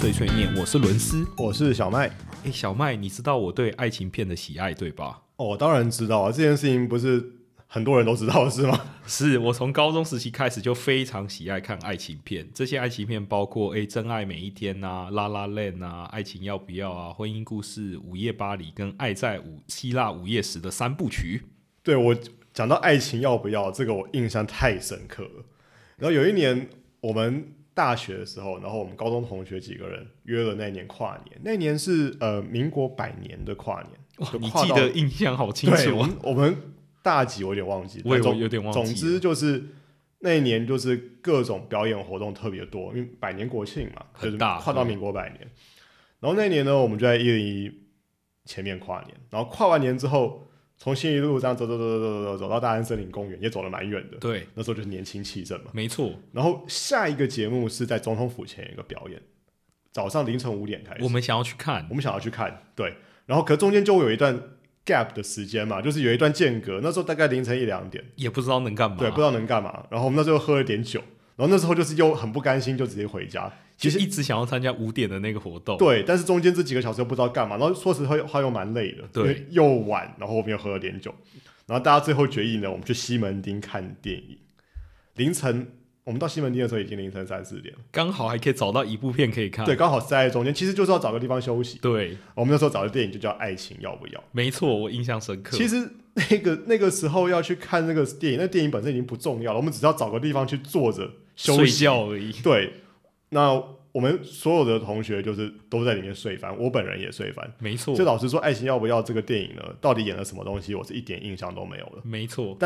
碎碎念，我是伦斯。我是小麦。哎，小麦，你知道我对爱情片的喜爱对吧？哦，我当然知道啊，这件事情不是很多人都知道的事吗？ 是我从高中时期开始就非常喜爱看爱情片，这些爱情片包括《诶真爱每一天》呐，《La La Land》呐，《爱情要不要》啊，《婚姻故事》《午夜巴黎》跟《爱在午希腊午夜时》的三部曲。对我讲到爱情要不要这个，我印象太深刻了。然后有一年我们大学的时候，然后我们高中同学几个人约了那一年跨年，那一年是呃民国百年的跨年，哇，就你跨记到得印象好清对，楚我啊！们我们大几我有点忘记，我也但总有点忘记总了之就是那一年就是各种表演活动特别多，因为百年国庆嘛，很就是大跨到对民国百年。然后那一年呢，我们就在一零一前面跨年，然后跨完年之后，从新一路这样走走走走走走走到大安森林公园，也走了蛮远的。 对，那时候就是年轻气盛嘛。没错，然后下一个节目是在总统府前有一个表演，早上凌晨五点开始。我们想要去看我。们想要去看，对，然后可中间就会有一段 gap 的时间嘛，就是有一段间隔，那时候大概凌晨一两点，也不知道能干嘛，对，不知道能干嘛。然后我们那时候喝了点酒，然后那时候就是又很不甘心，就直接回家。其其实实一直想要参加五点的那个活动。对，但是中间这几个小时又不知道干嘛，然后说实话话又蛮累的，对因为又晚，然后我们又喝了点酒，然后大家最后决议呢，我们去西门町看电影，凌晨。我们到西门町的时候已经凌晨三四点了，刚好还可以找到一部片可以看。对，刚好塞在中间，其实就是要找个地方休息。对，我们那时候找的电影就叫《爱情要不要》。没错，我印象深刻。其实那个那个时候要去看那个电影，那电影本身已经不重要了，我们只是要找个地方去坐着休睡息。觉而已。对，那我们所有的同学就是都在里面睡翻，我本人也睡翻。没错所以，老实说，《爱情要不要》这个电影呢，到底演了什么东西，我是一点印象都没有了。没错，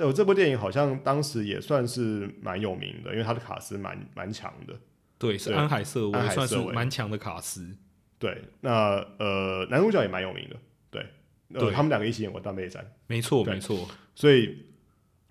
呃，这部电影好像当时也算是蛮有名的，因为它的卡斯蛮蛮强的。对，是对安海瑟安薇，海算是瑟薇蛮强的卡司。对，那呃，男主角也蛮有名的。对，对呃，他们两个一起演过《断背山》。没错，对没错，所以，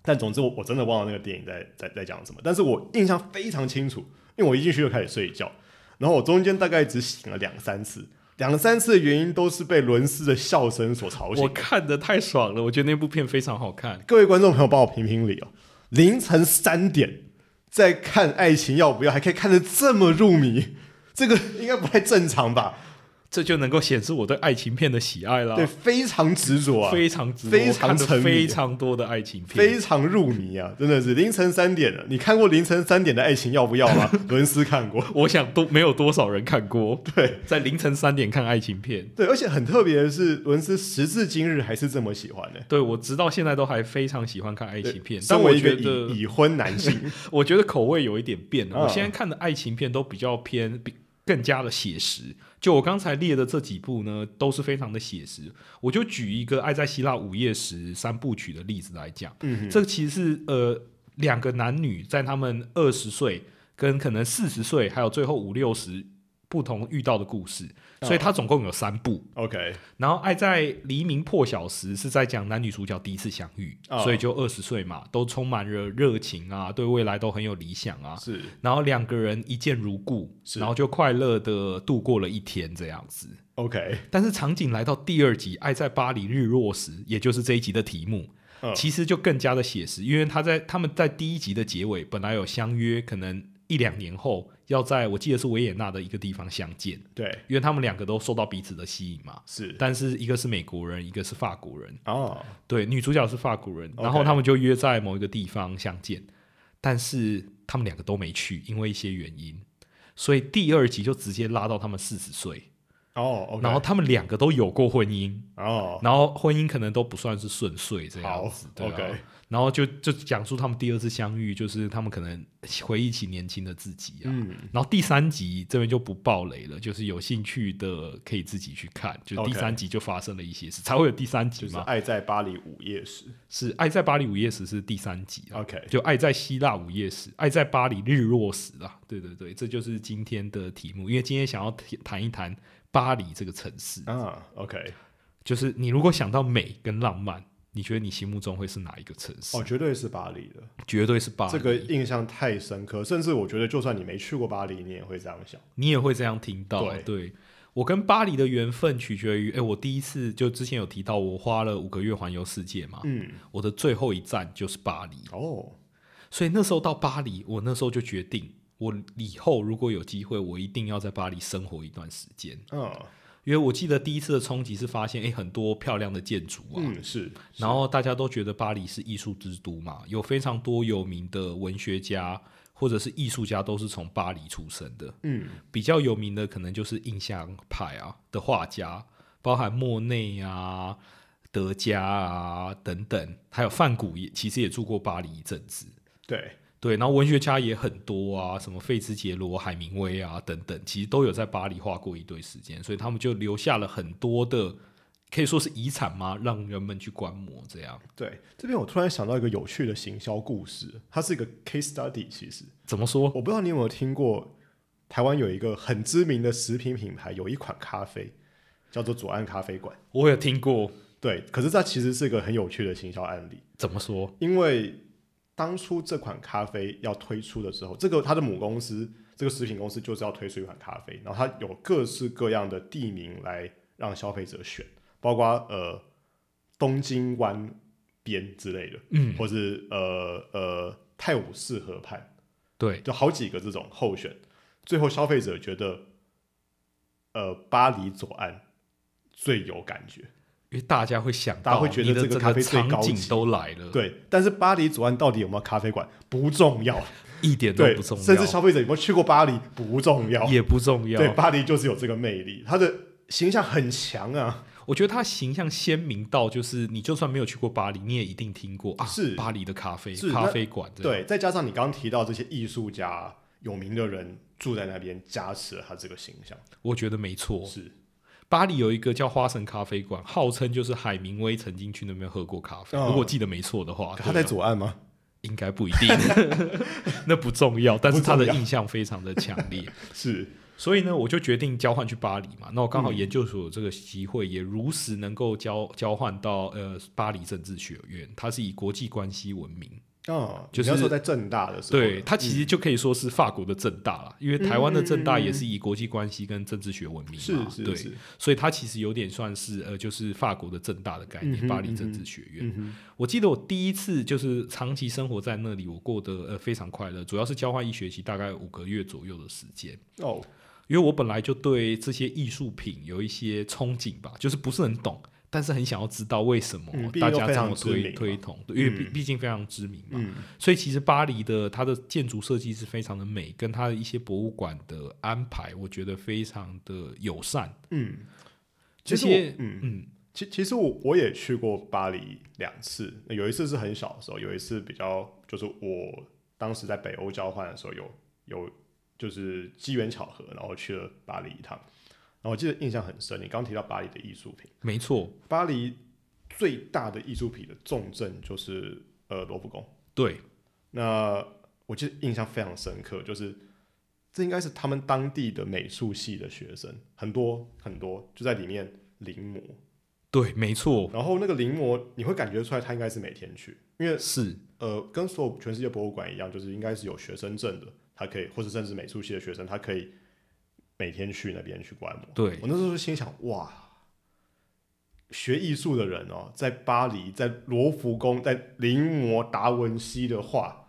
但总之我我真的忘了那个电影在在在讲什么，但是我印象非常清楚，因为我一进去就开始睡觉，然后我中间大概只醒了两三次，两三次的原因都是被伦斯的笑声所吵我醒。看的太爽了，我觉得那部片非常好看。各位观众朋友，帮我评评理哦，凌晨三点在看《爱情要不要》，还可以看得这么入迷，这个应该不太正常吧？这就能够显示我对爱情片的喜爱啦，对，非常执着啊，啊非常值得，非我看常了沉迷非常多的爱情片，非常入迷啊，真的是凌晨三点了。你看过凌晨三点的《爱情要不要》吗？ 伦斯看过。我想都没有多少人看过，对在凌晨三点看爱情片，对，而且很特别的是，伦斯时至今日还是这么喜欢呢、对我直到现在都还非常喜欢看爱情片，但身我为一觉个得已已婚男 性，我觉得口味有一点变了。嗯我现在看的爱情片都比较偏比更加的写实。就我刚才列的这几部呢，都是非常的写实。我就举一个《爱在希腊午夜时》三部曲的例子来讲，嗯，这其实是呃两个男女在他们二十岁跟可能四十岁，还有最后五六十不同遇到的故事。所以它总共有三部。 OK，然后《爱在黎明破晓时》是在讲男女主角第一次相遇，哦所以就二十岁嘛，都充满了热情啊，对未来都很有理想啊。是然后两个人一见如故，是然后就快乐的度过了一天这样子。 OK，但是场景来到第二集《爱在巴黎日落时》，也就是这一集的题目，嗯其实就更加的写实，因为他在他们在第一集的结尾本来有相约，可能一两年后要在我记得是维也纳的一个地方相见，对，因为他们两个都受到彼此的吸引嘛。是但是一个是美国人，一个是法国人。哦，对，女主角是法国人， OK 然后他们就约在某一个地方相见，但是他们两个都没去，因为一些原因，所以第二集就直接拉到他们四十岁，哦，OK，然后他们两个都有过婚姻，哦，然后婚姻可能都不算是顺遂这样好子，对啊，OK，然后就就讲述他们第二次相遇，就是他们可能回忆起年轻的自己啊。嗯，然后第三集这边就不爆雷了，就是有兴趣的可以自己去看。就第 OK 三集就发生了一些事，才会有第三集就是啊嘛。《爱在巴黎午夜时是《爱在巴黎午夜时》是第三集啊，》 ，OK，就《爱在希腊午夜时》，《爱在巴黎日落时》啊。对对对，这就是今天的题目，因为今天想要谈一谈巴黎这个城市。啊，OK，就是你如果想到美跟浪漫，你觉得你心目中会是哪一个城市？哦，绝对是巴黎的，绝对是巴黎。这个印象太深刻，甚至我觉得就算你没去过巴黎，你也会这样想。你也会这样听到。对我跟巴黎的缘分取决于，哎、我第一次就之前有提到，我花了五个月环游世界嘛，嗯，我的最后一站就是巴黎，哦，所以那时候到巴黎，我那时候就决定我以后如果有机会，我一定要在巴黎生活一段时间，嗯因为我记得第一次的冲击是发现，诶，很多漂亮的建筑啊，嗯是，然后大家都觉得巴黎是艺术之都嘛，有非常多有名的文学家或者是艺术家都是从巴黎出生的。嗯比较有名的可能就是印象派啊的画家，包含莫内啊、德加啊等等，还有梵谷也其实也住过巴黎一阵子。对，对，然后文学家也很多啊，什么费兹杰罗、海明威啊等等，其实都有在巴黎花过一段时间，所以他们就留下了很多的，可以说是遗产吗？让人们去观摩这样。对，这边我突然想到一个有趣的行销故事，它是一个 case study。其实怎么说？我不知道你有没有听过，台湾有一个很知名的食品品牌，有一款咖啡叫做左岸咖啡馆。我有听过。对，可是它其实是一个很有趣的行销案例，怎么说？因为当初这款咖啡要推出的时候，这个它的母公司这个食品公司就是要推出一款咖啡，然后它有各式各样的地名来让消费者选，包括呃东京湾边之类的。嗯，或是呃呃泰晤士河畔，对，就好几个这种候选。最后消费者觉得，呃，巴黎左岸最有感觉，因为大家会想到，大家会觉得你的这个整咖啡最场高级景都来了，，对。但是巴黎左岸到底有没有咖啡馆不重要，一点都对，不重要，甚至消费者有没有去过巴黎不重要，也不重对，要。巴黎就是有这个魅力，它的形象很强啊，我觉得他形象鲜明到，就是你就算没有去过巴黎，你也一定听过啊，是巴黎的咖啡是咖那啡馆这样，对。再加上你刚刚提到这些艺术家、有名的人住在那边，加持了他这个形象，我觉得没错。是巴黎有一个叫花神咖啡馆，号称就是海明威曾经去那边喝过咖啡，嗯如果记得没错的话，他对在啊左岸吗？应该不一定， 那不重要，但是他不的重要印象非常的强烈。 是，所以呢，我就决定交换去巴黎嘛。那我刚好研究所有这个机会，也如实能够交交换到呃巴黎政治学院，它是以国际关系闻名。哦，就是你那时候在正大的时候，对，它其实就可以说是法国的政大啦，嗯因为台湾的政大也是以国际关系跟政治学闻名嘛。是是对，是，所以它其实有点算是呃，就是法国的政大的概嗯念，哼巴黎政治学院。嗯哼，我记得我第一次就是长期生活在那里，我过得呃非常快乐，主要是交换一学期，大概五个月左右的时间。哦，因为我本来就对这些艺术品有一些憧憬吧，就是不是很懂，但是很想要知道为什么嗯毕竟大都家非这常么知名推嘛推崇，对因为毕嗯毕竟非常知名嘛。嗯所以其实巴黎的它的建筑设计是非常的美，跟它的一些博物馆的安排，我觉得非常的友善。嗯，这其实我些嗯，嗯，其其实我我也去过巴黎两次，那有一次是很小的时候，有一次比较就是我当时在北欧交换的时候有有就是机缘巧合，然后去了巴黎一趟，然后我记得印象很深，你刚提到巴黎的艺术品，没错，巴黎最大的艺术品的重镇就是呃罗浮宫。对，那我记得印象非常深刻，就是这应该是他们当地的美术系的学生，很多很多就在里面临摹。对，没错，然后那个临摹，你会感觉出来他应该是每天去，因为是，呃，跟所有全世界博物馆一样，就是应该是有学生证的，他可以或者甚至美术系的学生，他可以每天去那边去观摩。对，我那时候就心想，哇，学艺术的人哦，在巴黎，在罗浮宫，在临摹达文西的画，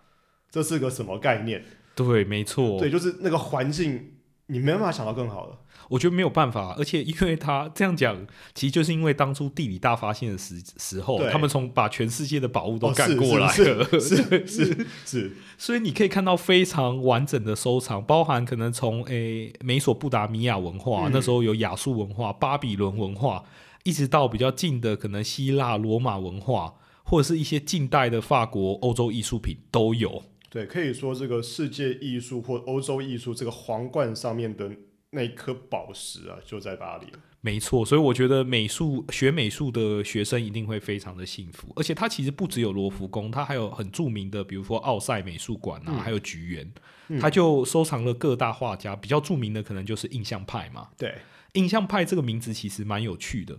这是个什么概念？对，没错。对，就是那个环境，你没办法想到更好的。我觉得没有办法，而且因为他这样讲，其实就是因为当初地理大发现的时时候对，他们从把全世界的宝物都哦赶是过来是了，是是是， 所以你可以看到非常完整的收藏，包含可能从诶、美索不达米亚文化、嗯那时候有亚述文化、巴比伦文化，一直到比较近的可能希腊、罗马文化，或者是一些近代的法国、欧洲艺术品都有。对，可以说这个世界艺术或欧洲艺术这个皇冠上面的那一颗宝石啊，就在巴黎了。没错，所以我觉得美术学美术的学生一定会非常的幸福，而且它其实不只有罗浮宫，它还有很著名的，比如说奥赛美术馆啊，嗯还有菊园，嗯它就收藏了各大画家，比较著名的可能就是印象派嘛。对，印象派这个名字其实蛮有趣的，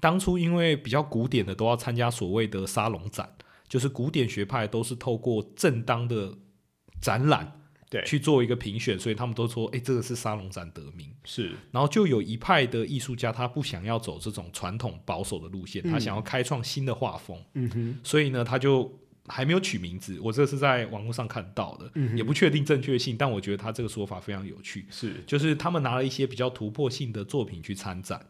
当初因为比较古典的都要参加所谓的沙龙展，就是古典学派都是透过正当的展览对去做一个评选，所以他们都说，哎、这个是沙龙展得名。是，然后就有一派的艺术家，他不想要走这种传统保守的路线，嗯他想要开创新的画风，嗯哼，所以呢，他就还没有取名字，我这是在网络上看到的，嗯哼也不确定正确性，但我觉得他这个说法非常有趣，是就是他们拿了一些比较突破性的作品去参展。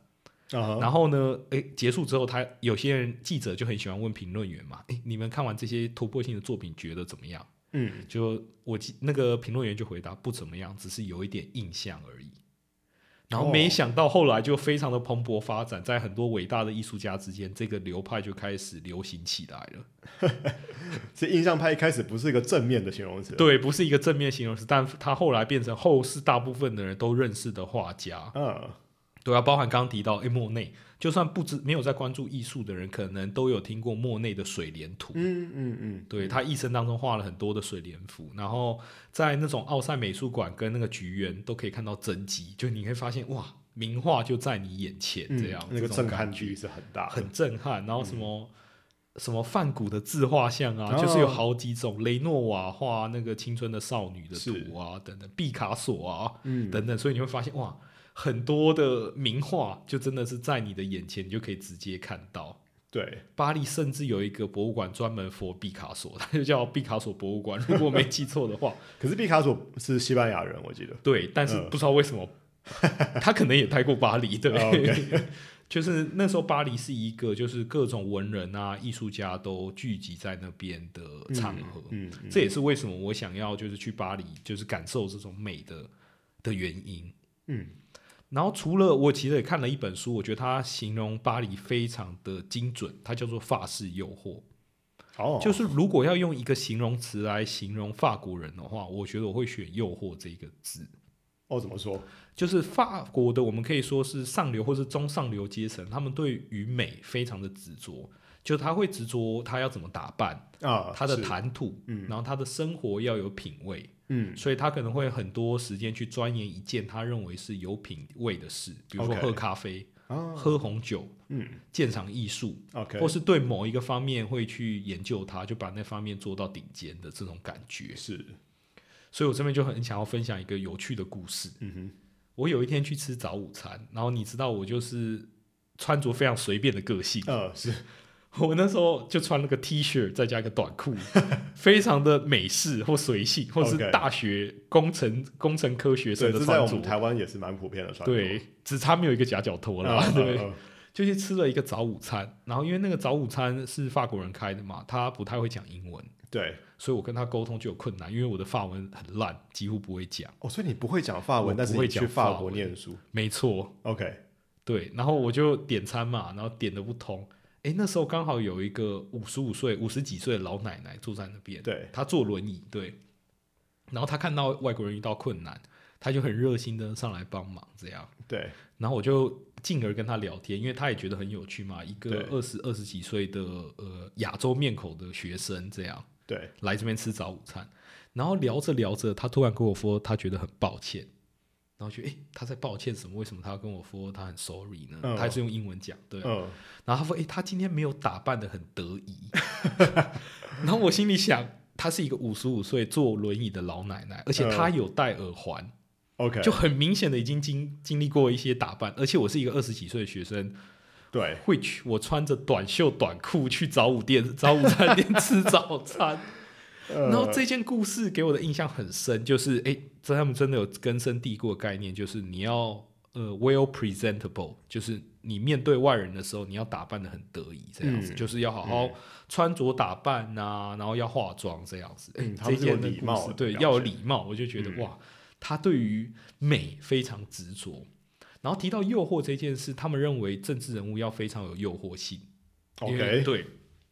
啊哈，然后呢，诶，结束之后他，有些人记者就很喜欢问评论员嘛，诶，你们看完这些突破性的作品觉得怎么样？嗯，就我记那个评论员就回答不怎么样，只是有一点印象而已。然后哦没想到后来就非常的蓬勃发展，在很多伟大的艺术家之间，这个流派就开始流行起来了。所以印象派一开始不是一个正面的形容词，，对，不是一个正面形容词，但他后来变成后世大部分的人都认识的画家。嗯，对啊，包含刚刚提到诶莫内，就算不知没有在关注艺术的人，可能都有听过莫内的水帘图。嗯嗯嗯，对他一生当中画了很多的水帘符，然后在那种奥赛美术馆跟那个菊园都可以看到真迹，就你可以发现哇，名画就在你眼前嗯这样，那个这种震感撼觉力是很大的，嗯很震撼。然后什么、什么梵谷的自画像啊，哦就是有好几种，雷诺瓦画那个青春的少女的图啊，等等，毕卡索啊、嗯，等等，所以你会发现哇，很多的名画就真的是在你的眼前，你就可以直接看到。对，巴黎甚至有一个博物馆专门 for 毕卡索， 它就叫毕卡索博物馆， 如果我没记错的 话。可是毕卡索是西班牙人，我记得，对，但是嗯不知道为什么， 他可能也待过巴黎，对不哦对？ 就是那时候巴黎是一个就是各种文人啊、艺术家都聚集在那边的场合，嗯，嗯这也是为什么我想要就是去巴黎，就是感受这种美的的原因。嗯，然后除了我其实也看了一本书，我觉得它形容巴黎非常的精准，它叫做法式诱惑。哦，就是如果要用一个形容词来形容法国人的话，我觉得我会选“诱惑”这一个字。哦，怎么说？就是法国的，我们可以说是上流或是中上流阶层，他们对于美非常的执着，就他会执着他要怎么打扮，啊，他的是谈吐，嗯然后他的生活要有品味，嗯所以他可能会很多时间去钻研一件他认为是有品味的事，比如说 OK 喝咖啡、啊，喝红酒、嗯鉴赏艺术， ，OK，或是对某一个方面会去研究它，就把那方面做到顶尖的这种感觉。是，所以我这边就很想要分享一个有趣的故事。嗯哼，我有一天去吃早午餐，然后你知道我就是穿着非常随便的个性， 呃，是，我那时候就穿了个 T 恤，再加一个短 裤，非常的美式或随性，或是 OK 大学工程工程科学对，生的这在穿我们着。台湾也是蛮普遍的穿着，啊对，只差没有一个夹脚拖嗯，了，嗯对，嗯就去吃了一个早午餐，然后因为那个早午餐是法国人开的嘛，他不太会讲英文，对，所以我跟他沟通就有困难，因为我的法文很烂，几乎不会讲。哦，所以你不会讲法我文，但是不会你去讲法法国文念书没错， ，OK，对，然后我就点餐嘛，然后点的不通。诶，那时候刚好有一个五十五岁、五十几岁的老奶奶坐在那边，对，她坐轮椅，对。然后她看到外国人遇到困难，她就很热心的上来帮忙，这样。对，然后我就进而跟她聊天，因为她也觉得很有趣嘛，一对个二十二十几岁的呃亚洲面孔的学生这样对，来这边吃早午餐。然后聊着聊着，她突然跟我说，她觉得很抱歉。然后就诶，她在抱歉什么？为什么她要跟我说她很 sorry 呢？嗯她还是用英文讲，对。嗯，然后他说：“哎、他今天没有打扮的很得意。” 然后我心里想，她是一个五十五岁坐轮椅的老奶奶，而且她有戴耳环，嗯 OK，就很明显的已经经经历过一些打扮。而且我是一个二十几岁的学生对， ，which 我穿着短袖短裤去早午店、早午餐店吃早餐。呃然后这件故事给我的印象很深，就是哎，诶这他们真的有根深蒂固的概念，就是你要呃 well presentable，就是你面对外人的时候，你要打扮的很得意，这样子，嗯就是要好好穿着打扮呐、然后要化妆这样子。哎、嗯他这们是件有的礼故貌事的对，表要有现礼貌，我就觉得、嗯哇，他对于美非常执着。然后提到诱惑这件事，他们认为政治人物要非常有诱惑性。因为 OK，对，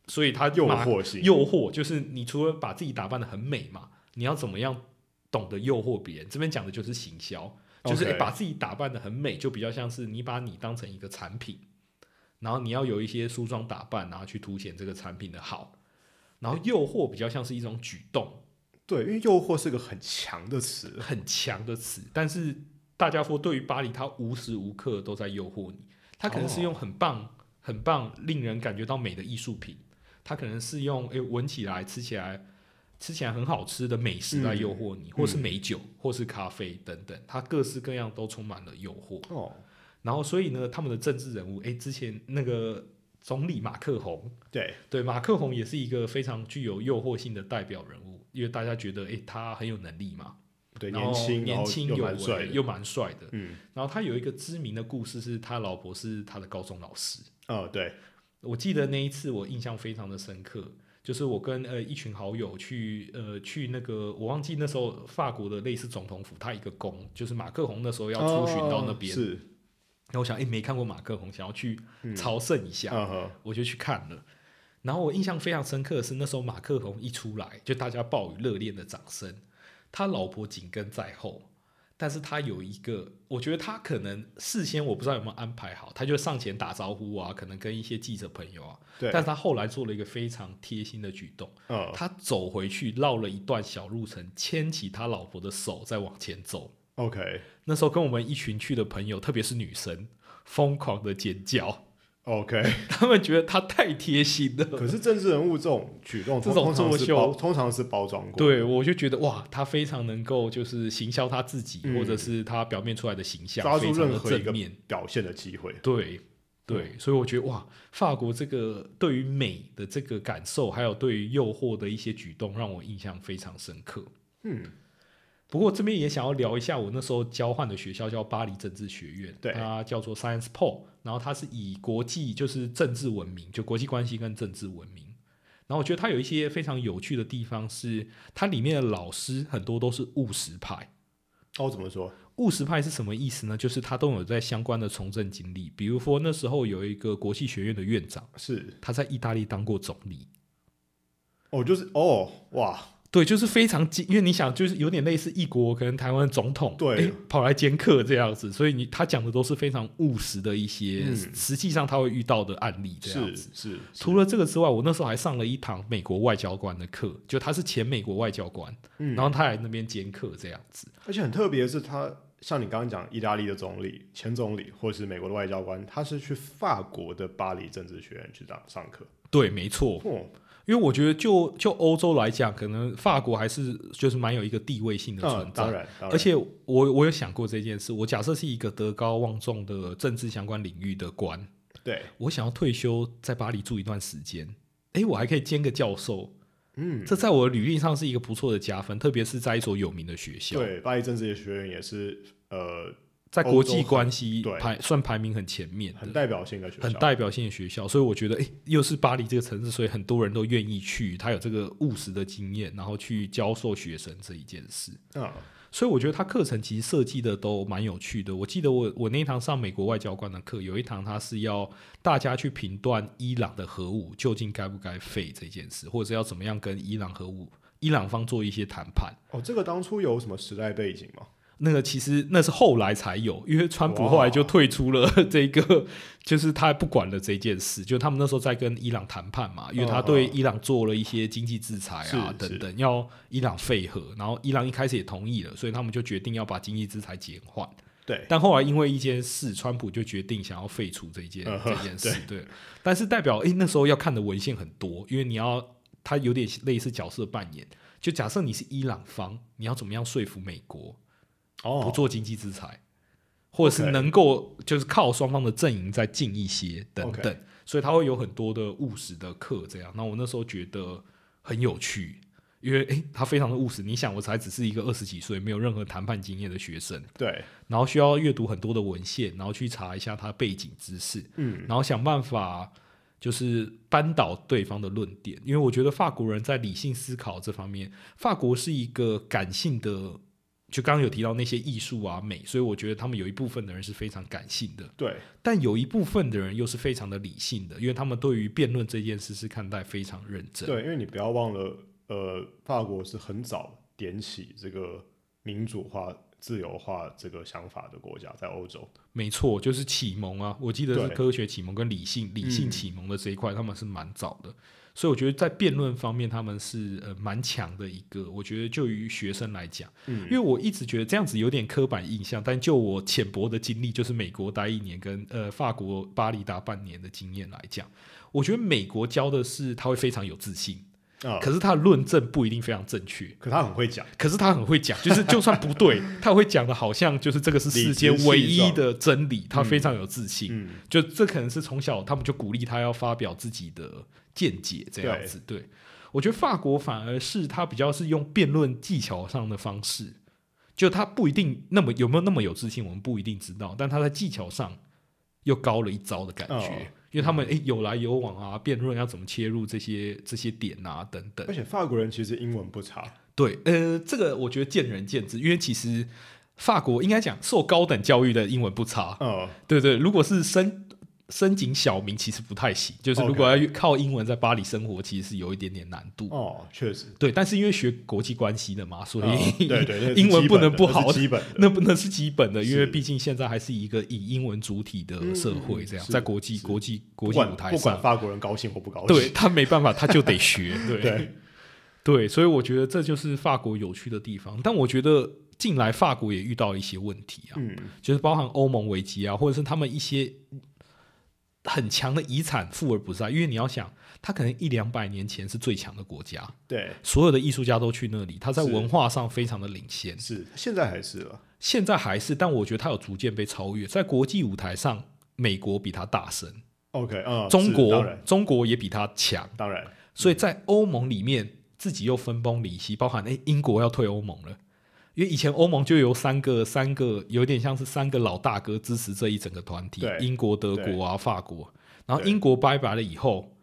所以他诱马惑性诱惑就是你除了把自己打扮的很美嘛，你要怎么样懂得诱惑别人？这边讲的就是行销，就是、 OK 诶把自己打扮的很美，就比较像是你把你当成一个产品，然后你要有一些梳妆打扮，然后去凸显这个产品的好。然后诱惑比较像是一种举动，对，因为诱惑是个很强的词，很强的词，但是大家说对于巴黎，它无时无刻都在诱惑你。它可能是用很棒、很棒、令人感觉到美的艺术品，它可能是用诶闻起来、吃起来、吃起来很好吃的美食来诱惑你，或是美酒，或是咖啡等等，它各式各样都充满了诱惑。哦，然后，所以呢，他们的政治人物，诶，之前那个总理马克宏，对，对，马克宏也是一个非常具有诱惑性的代表人物，因为大家觉得，诶，他很有能力嘛，对，然年后轻，然年后轻又有蛮帅为，的，又蛮帅的。嗯，然后他有一个知名的故事，是他老婆是他的高中老师。哦，对，我记得那一次我印象非常的深刻，就是我跟呃一群好友去呃去那个我忘记那时候法国的类似总统府，他一个宫，就是马克宏那时候要出巡到那边。哦是，然后我想，诶，没看过马克宏，想要去朝圣一下。嗯哼，我就去看了。然后我印象非常深刻的是，那时候马克宏一出来，就大家报以热烈的掌声，他老婆紧跟在后。但是他有一个，我觉得他可能事先我不知道有没有安排好，他就上前打招呼啊，可能跟一些记者朋友啊。对但，是他后来做了一个非常贴心的举动，嗯，他走回去绕了一段小路程，牵起他老婆的手再往前走。 OK 那时候跟我们一群去的朋友，特别是女生，疯狂的尖叫， OK，他们觉得他太贴心了。可是政治人物这种举动，这通种通常作是秀包，通常是包装过。，对，我就觉得哇，他非常能够就是行销他自己，嗯或者是他表面出来的形象，抓非住常任的何一正个嗯面。表现的机会。对对，所以我觉得哇，法国这个对于美的这个感受，还有对于诱惑的一些举动，让我印象非常深刻。嗯，不过这边也想要聊一下，我那时候交换的学校叫巴黎政治学院，对它叫做 Science Po，然后它是以国际就是政治闻名，就国际关系跟政治闻名。然后我觉得它有一些非常有趣的地方是，它里面的老师很多都是务实派。那我怎么说？务实派是什么意思呢？就是他都有在相关的从政经历，比如说那时候有一个国际学院的院长，是，他在意大利当过总理。哦，就是哦，哇，对，就是非常精，因为你想，就是有点类似一国可能台湾总统对诶跑来兼课这样子，所以你他讲的都是非常务实的一些，嗯实际上他会遇到的案例这样是子。是，除了这个之外，我那时候还上了一堂美国外交官的课，就他是前美国外交官，嗯然后他来那边兼课这样子。而且很特别的是，他像你刚刚讲，意大利的总理、前总理，或是美国的外交官，他是去法国的巴黎政治学院去上上课。对，没错，哦，因为我觉得就就欧洲来讲，可能法国还是就是蛮有一个地位性的嗯存，在当。然，当然而且我我有想过这件事，我假设是一个德高望重的政治相关领域的官，对，我想要退休，在巴黎住一段时间，诶，我还可以兼个教授，嗯，这在我的履历上是一个不错的加分，特别是在一所有名的学校，对，巴黎政治学院也是呃在国际关系对排算排名很前面很的。代表性的学很校。代表性的学校，所以我觉得，诶，又是巴黎这个城市，所以很多人都愿意去。他有这个务实的经验，然后去教授学生这一件事。嗯，所以我觉得他课程其实设计的都蛮有趣的。我记得我我那一堂上美国外交官的课，有一堂他是要大家去评断伊朗的核武究竟该不该废这件事，或者要怎么样跟伊朗核武伊朗方做一些谈判。哦，这个当初有什么时代背景吗？那个其实那是后来才有，因为川普后来就退出了这个， 就是他不管了这件事。就他们那时候在跟伊朗谈判嘛，因为他对伊朗做了一些经济制裁啊嗯是等等，要伊朗废核，然后伊朗一开始也同意了，所以他们就决定要把经济制裁减缓。对，但后来因为一件事，川普就决定想要废除这件、嗯这哼件事，对。但是代表诶、那时候要看的文献很多，因为你要它有点类似角色扮演。就假设你是伊朗方，你要怎么样说服美国不哦，做经济制裁，或者是 OK 能够就是靠双方的阵营再进一些等 OK 等，所以他会有很多的务实的课这样。那我那时候觉得很有趣。因为诶，他非常的务实。你想，我才只是一个二十几岁、没有任何谈判经验的学生，对，然后需要阅读很多的文献，然后去查一下他背景知识，嗯，然后想办法就是扳倒对方的论点。因为我觉得法国人在理性思考这方面，法国是一个感性的，就刚刚有提到那些艺术啊美，所以我觉得他们有一部分的人是非常感性的，对，但有一部分的人又是非常的理性的，因为他们对于辩论这件事是看待非常认真。对，因为你不要忘了，呃，法国是很早点起这个民主化、自由化这个想法的国家，在欧洲。没错，就是启蒙啊，我记得是对嗯科学启蒙跟理性理性启蒙的这一块，他们是蛮早的，所以我觉得在辩论方面，他们是呃蛮强的一个。我觉得就于学生来讲，嗯因为我一直觉得这样子有点刻板印象，但就我浅薄的经历，就是美国待一年跟呃法国巴黎达半年的经验来讲，我觉得美国教的是他会非常有自信，啊可是他的论证不一定非常正确。可他很会讲，可是他很会讲，就是 就算不对，他会讲的好像就是这个是世间唯一的真理，他非常有自信。嗯，就这可能是从小他们就鼓励他要发表自己的见解这样子。对我觉得法国反而是他比较是用辩论技巧上的方式，就他不一定那么有没有那么有自信，我们不一定知道，但他在技巧上又高了一招的感觉。哦因为他们诶有来有往啊，辩论要怎么切入这些这些点啊等等而，且法国人其实英文不差，对，呃，这个我觉得见仁见智，因为其实法国应该讲受高等教育的英文不差，嗯，对对，如果是深深井小民，其实不太行，就是如果要靠英文在巴黎生活，其实是有一点点难度。哦，确实，对，但是因为学国际关系的嘛， 所以、哦对对，那是英文基不本能的不那是好基本的 那不能是基本的，因为是毕竟现在还是一个以英文主体的社会，这样、嗯嗯是在国际国际国不际管舞台不管上，法国人高兴或不高兴，对他没办法，他就得 学，对。对，对，所以我觉得这就是法国有趣的地方。但我觉得近来法国也遇到一些问题啊，嗯，就是包含欧盟危机啊，或者是他们一些很强的遗产富而不在，因为你要想，他可能一两百年前是最强的国家，对，所有的艺术家都去那里，他在是文化上非常的领先。是，现在还是了，现在还是，但我觉得他有逐渐被超越，在国际舞台上，美国比他大声， OK，嗯，中是当国然中国也比他强。当然，所以在欧盟里面自己又分崩离析，包含诶、英国要退欧盟了，因为以前欧盟就有三个三个有点像是三个老大哥支持这一整个团体对，英国、德国啊、法国，然后对英国拜拜了以后。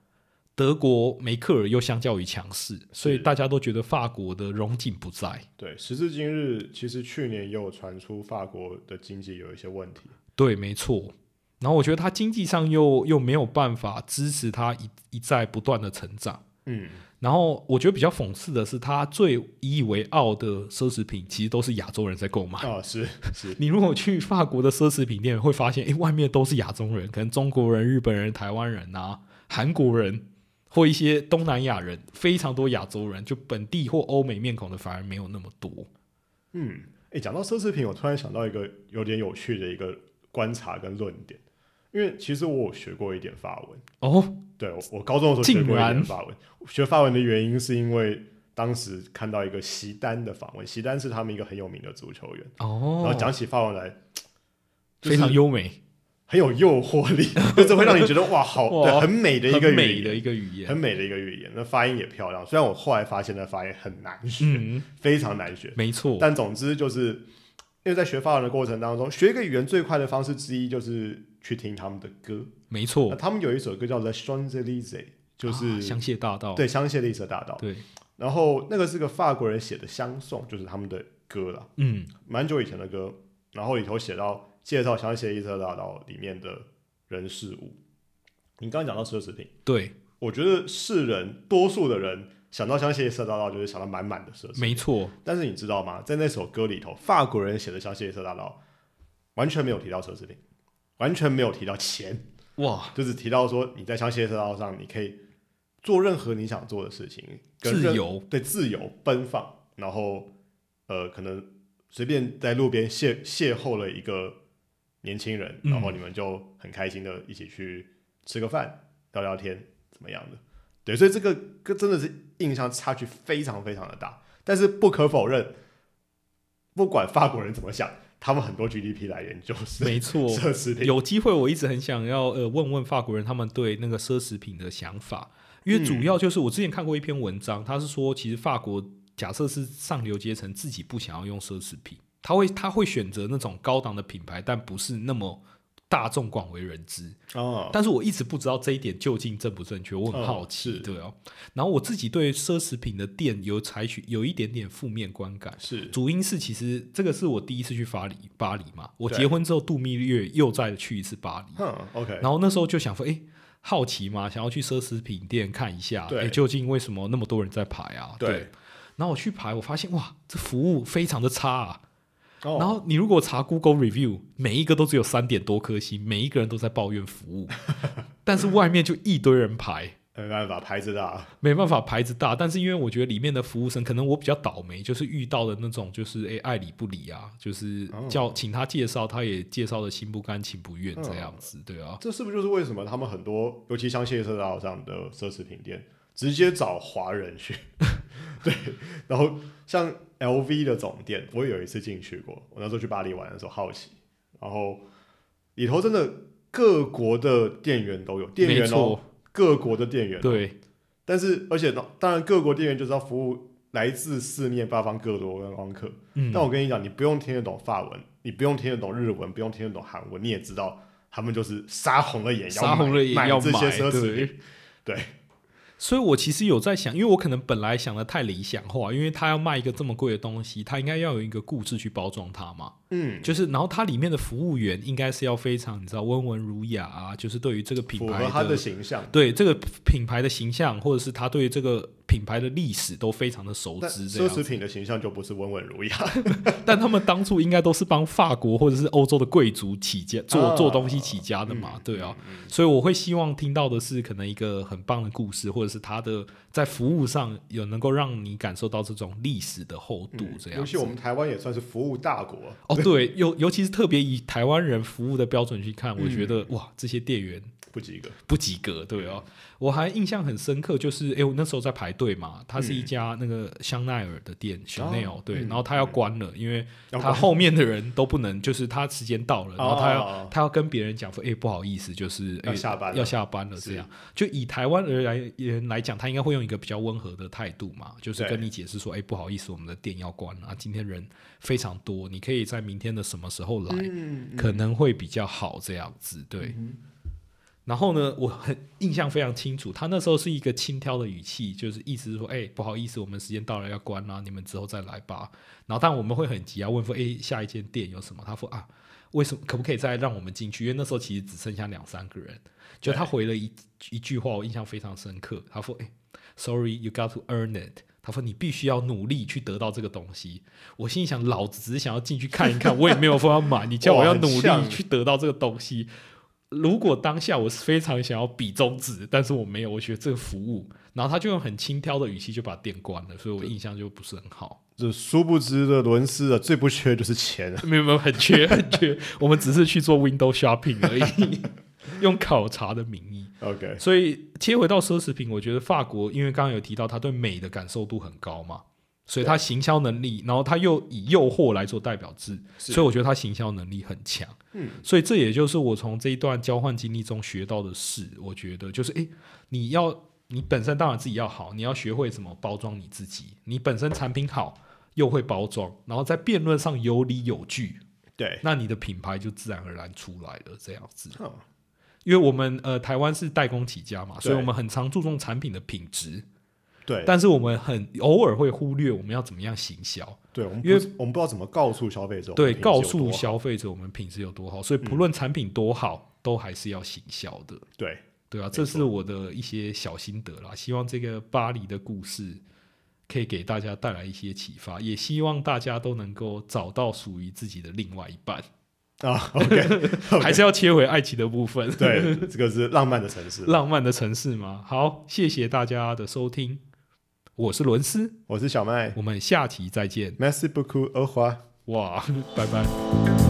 德国梅克尔又相较于强势，所以大家都觉得法国的荣景不在。对，时至今日，其实去年也有传出法国的经济有一些问题，对，没错。然后我觉得他经济上又又没有办法支持他一一再不断的成长。嗯，然后我觉得比较讽刺的是，他最引以为傲的奢侈品其实都是亚洲人在购买。啊，是是，你如果去法国的奢侈品店，会发现，诶，外面都是亚洲人，可能中国人、日本人、台湾人啊、韩国人或一些东南亚人，非常多亚洲人，就本地或欧美面孔的反而没有那么多。嗯，哎，讲到奢侈品，我突然想到一个有点有趣的一个观察跟论点，因为其实我有学过一点法文，哦，对我我高中的时候学竟过一点然法文，学法文的原因是因为当时看到一个席丹的访问，席丹是他们一个很有名的足球员，然后哦，讲起法文来，就是非常优美，很有诱惑力， 就是会让你觉得哇，好，对，哇很美的一个很语美言，的一个语言。很美的一个语言，那发音也漂亮。虽然我后来发现那发音很难学，嗯，非常难学，没错，但总之就是因为在学法文的过程当中，学一个语言最快的方式之一就是去听他们的歌。没那错，他们有一首歌叫做《Champs Elysees》，就是、哦啊香榭大道。对香榭丽舍大道。对，然后那个是个法国人写的相送，就是他们的歌啦，嗯，蛮久以前的歌。然后里头写到介绍香榭丽舍大道里面的人事物。你刚刚讲到奢侈品。对，我觉得世人多数的人想到香榭丽舍大道，就是想到满满的奢侈。没错，但是你知道吗？在那首歌里头，法国人写的香榭丽舍大道完全没有提到奢侈品，完全没有提到钱，哇，就是提到说你在香榭丽舍大道上，你可以做任何你想做的事情，跟自任由，对自由奔放，然后呃，可能随便在路边邂邂逅了一个年轻人，嗯然后你们就很开心的一起去吃个饭、聊聊天，怎么样的？对，所以这个跟真的是印象差距非常非常的大。但是不可否认，不管法国人怎么想，他们很多 GDP 来源就是 没错，奢侈品。有机会，我一直很想要呃问问法国人他们对那个奢侈品的想法，因为主要就是我之前看过一篇文章，他是说其实法国假设是上流阶层自己不想要用奢侈品，他会他会选择那种高档的品牌，但不是那么大众广为人知。哦，但是我一直不知道这一点究竟正不正确，我很好嗯奇，是对哦。然后我自己对奢侈品的店有采取有一点点负面观感。是主因是其实这个是我第一次去巴黎，巴黎嘛，我对结婚之后度蜜月又再去一次巴黎，哼，OK，嗯然后那时候就想说，哎、好奇嘛，想要去奢侈品店看一下，对诶究竟为什么那么多人在排啊？对，然后我去排，我发现哇，这服务非常的差啊。哦然后你如果查 Google review，每一个都只有三点多颗星，每一个人都在抱怨服务， 但是外面就一堆人排，没办法，牌子大，没办法，牌子大，但是因为我觉得里面的服务生，可能我比较倒霉，就是遇到的那种，就是哎、爱理不理啊，就是哦叫、请他介绍，他也介绍的心不甘情不愿哦这样子，对啊，这是不是就是为什么他们很多，尤其像谢色道上的奢侈品店，直接找华人去。 对，然后像 LV 的总店，我也有一次进去过。我那时候去巴黎玩的时候，好奇，然后里头真的各国的店员都有，店没员哦，错，各国的店员哦、对，但是而且呢当然各国店员就是要服务来自四面八方各国观光客。嗯，但我跟你讲，你不用听得懂法文，你不用听得懂日文，不用听得懂韩文，你也知道他们就是杀红了眼要杀红了眼买要这些买奢侈对品。对，所以我其实有在想，因为我可能本来想的太理想化，因为他要卖一个这么贵的东西，他应该要有一个故事去包装它嘛。嗯，就是，然后它里面的服务员应该是要非常你知道温文儒雅啊，就是对于这个品符牌合他的形象。对这个品牌的形象，或者是他对于这个品牌的历史都非常的熟但知。这奢样，侈品的形象就不是温文儒雅，但他们当初应该都是帮法国或者是欧洲的贵族起家做啊做东西起家的嘛，嗯对啊。所以我会希望听到的是可能一个很棒的故事，或者是他的在服务上有能够让你感受到这种历史的厚度，这样嗯尤子。其我们台湾也算是服务大国。哦，对，尤尤其是特别以台湾人服务的标准去看，我觉嗯得、哇，这些店员不及格，不及格，对哦。嗯我还印象很深刻，就是哎，我那时候在排队嘛，它是一家那个香奈儿的店、香 c h a n e l 对，嗯然后它要关了，因为要他后面的人都不能，就是他时间到了，然后他要、哦他要跟别人讲说，哎、不好意思，就是、哎要下班了嗯要下班了，是这样。就以台湾而来人来讲，他应该会用一个比较温和的态度嘛，就是对跟你解释说，哎、不好意思，我们的店要关了啊，今天人非常多，你可以在明天的什么时候来，嗯，可能会比较好这样子，对。嗯然后呢，我很印象非常清楚，他那时候是一个轻佻的语气，就是意思是说，哎、不好意思，我们时间到了要关啦、你们之后再来吧。然后，但我们会很急啊，问说，哎、下一间店有什么？他说啊，为什么可不可以再让我们进去？因为那时候其实只剩下两三个人。就他回了一一句话，我印象非常深刻。他说，哎、s o r r y you got to earn it。他说：“你必须要努力去得到这个东西。”我心里想，老子只是想要进去看一看， 我也没有说要买。你叫我哇要很努力像去得到这个东西，如果当下我是非常想要比中指，但是我没有，我觉得这个服务，然后他就用很轻佻的语气就把店关了，所以我印象就不是很好。这殊不知的伦斯啊，最不缺就是钱啊。没有没有，很缺很缺，我们只是去做 window shopping 而 已，用考察的名义。 OK，所以切回到奢侈品，我觉得法国，因为刚刚有提到他对美的感受度很高嘛，所以他行销能力，然后他又以诱惑来做代表制，是所以我觉得他行销能力很强。嗯，所以这也就是我从这一段交换经历中学到的事。我觉得就是，诶，你要你本身当然自己要好，你要学会怎么包装你自己，你本身产品好。又会包装，然后在辩论上有理有据，对，那你的品牌就自然而然出来了。这样子，哼因为我们呃台湾是代工起家嘛，所以哦我对们很常注重产品的品质，对，但是我们很偶尔会忽略我们要怎么样行销，对，我们因因为我们不知道怎么告诉消费者，对，我们品质有告诉多好消费者我们品质有多好，所以不论产品多好，都还是要行销的，对，对啊，错这是我的一些小心得啦，希望这个巴黎的故事。可以给大家带来一些启发，也希望大家都能够找到属于自己的另外一半，啊，OK，还是要切回爱情的部分。，对，这个是浪漫的城市。浪漫的城市吗？好，谢谢大家的收听，我是伦斯，我是小麦我们下期再见。 ，Merci beaucoup，au revoir。哇，拜拜。 Thank